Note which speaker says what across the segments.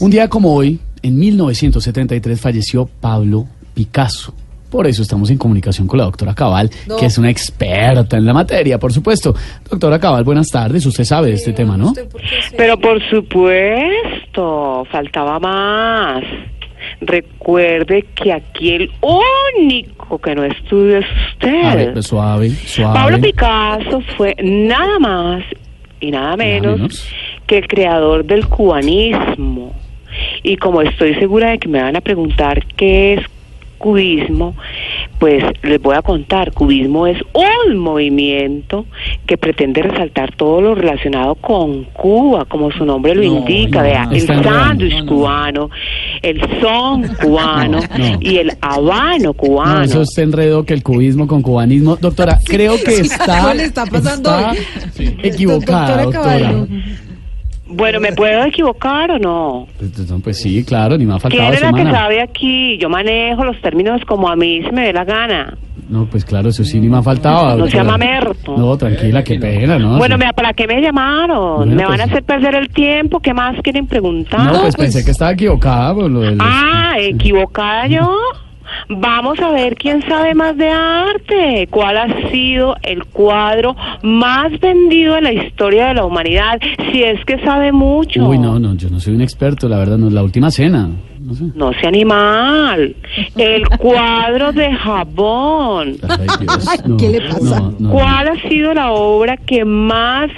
Speaker 1: Un día como hoy, en 1973, falleció Pablo Picasso. Por eso estamos en comunicación con la doctora Cabal,
Speaker 2: No.
Speaker 1: que es una experta en la materia, por supuesto. Doctora Cabal, buenas tardes. Usted sabe de este tema, ¿no?
Speaker 2: ¿Usted por qué se-
Speaker 3: Pero por supuesto, faltaba más. Recuerde que aquí el único que no estudia es
Speaker 1: A ver, pues,
Speaker 3: usted.
Speaker 1: suave, suave.
Speaker 3: Pablo Picasso fue nada más y nada menos,
Speaker 1: menos.
Speaker 3: que el creador del cubanismo. Y como estoy segura de que me van a preguntar qué es cubismo, pues les voy a contar, cubismo es un movimiento que pretende resaltar todo lo relacionado con Cuba, como su nombre lo
Speaker 1: No,
Speaker 3: indica,
Speaker 1: no,
Speaker 3: vea,
Speaker 1: no,
Speaker 3: el
Speaker 1: está enredando.
Speaker 3: sándwich
Speaker 1: No, no.
Speaker 3: cubano, el son cubano
Speaker 1: No, no.
Speaker 3: y el habano cubano.
Speaker 1: No, eso se enredó que el cubismo con cubanismo. Doctora, creo que está,
Speaker 2: ¿Qué le está pasando
Speaker 1: está
Speaker 2: hoy?
Speaker 1: equivocada,
Speaker 2: Doctora Cabal,
Speaker 1: doctora.
Speaker 3: Bueno, ¿me puedo equivocar o no?
Speaker 1: Pues, pues sí, claro, ni me ha
Speaker 3: ¿Quién
Speaker 1: faltado
Speaker 3: es la que
Speaker 1: semana.
Speaker 3: sabe aquí? Yo manejo los términos como a mí se me dé la gana.
Speaker 1: No, pues claro, eso sí, ni me ha faltado.
Speaker 3: No se
Speaker 1: doctora.
Speaker 3: llama Merto.
Speaker 1: No, tranquila, qué pena, ¿no?
Speaker 3: bueno,
Speaker 1: Ah, Sí.
Speaker 3: mira, ¿para qué me llamaron?
Speaker 1: Bueno,
Speaker 3: ¿Me van a
Speaker 1: pues-
Speaker 3: hacer perder el tiempo? ¿Qué más quieren preguntar?
Speaker 1: No, pues,
Speaker 2: pues-
Speaker 1: pensé que estaba equivocada por lo de los-
Speaker 3: Ah, equivocada yo. Vamos a ver quién sabe más de arte. ¿Cuál ha sido el cuadro más vendido en la historia de la humanidad? Si es que sabe mucho.
Speaker 1: Uy, no, no, yo no soy un experto, la verdad, no es la última cena. No sé.
Speaker 3: No sea animal. El cuadro de jabón.
Speaker 1: Ay, Dios, no,
Speaker 2: ¿Qué le pasa?
Speaker 1: no, no,
Speaker 3: ¿Cuál ha sido la obra que más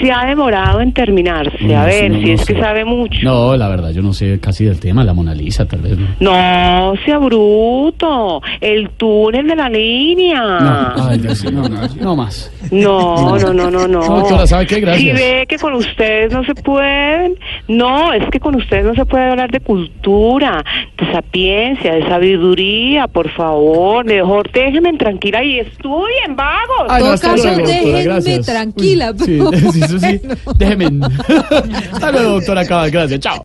Speaker 3: se ha demorado en terminarse?
Speaker 1: no,
Speaker 3: a
Speaker 1: no,
Speaker 3: ver,
Speaker 1: no,
Speaker 3: si
Speaker 1: no
Speaker 3: es
Speaker 1: sé.
Speaker 3: que sabe mucho.
Speaker 1: No, la verdad, yo no sé casi del tema, la Mona Lisa, tal vez. ¿no?
Speaker 3: No, sea bruto. El túnel de la línea.
Speaker 2: Ah.
Speaker 1: No, ay, Dios, no, no, no más.
Speaker 3: No, no, no, no, no.
Speaker 1: No, doctora, ¿sabe qué? Gracias.
Speaker 3: Si ve que con ustedes no se pueden, no, es que con ustedes no se puede hablar de cultura, de sapiencia, de sabiduría, por favor, mejor déjenme tranquila y estudien, vagos.
Speaker 1: Ay, no,
Speaker 2: todo
Speaker 1: hasta
Speaker 2: caso,
Speaker 1: luego,
Speaker 2: déjenme
Speaker 1: gracias.
Speaker 2: tranquila,
Speaker 1: Uy, Sí,
Speaker 2: pero
Speaker 1: sí, eso sí, déjenme. Hasta luego, doctora Cabal, gracias, chao.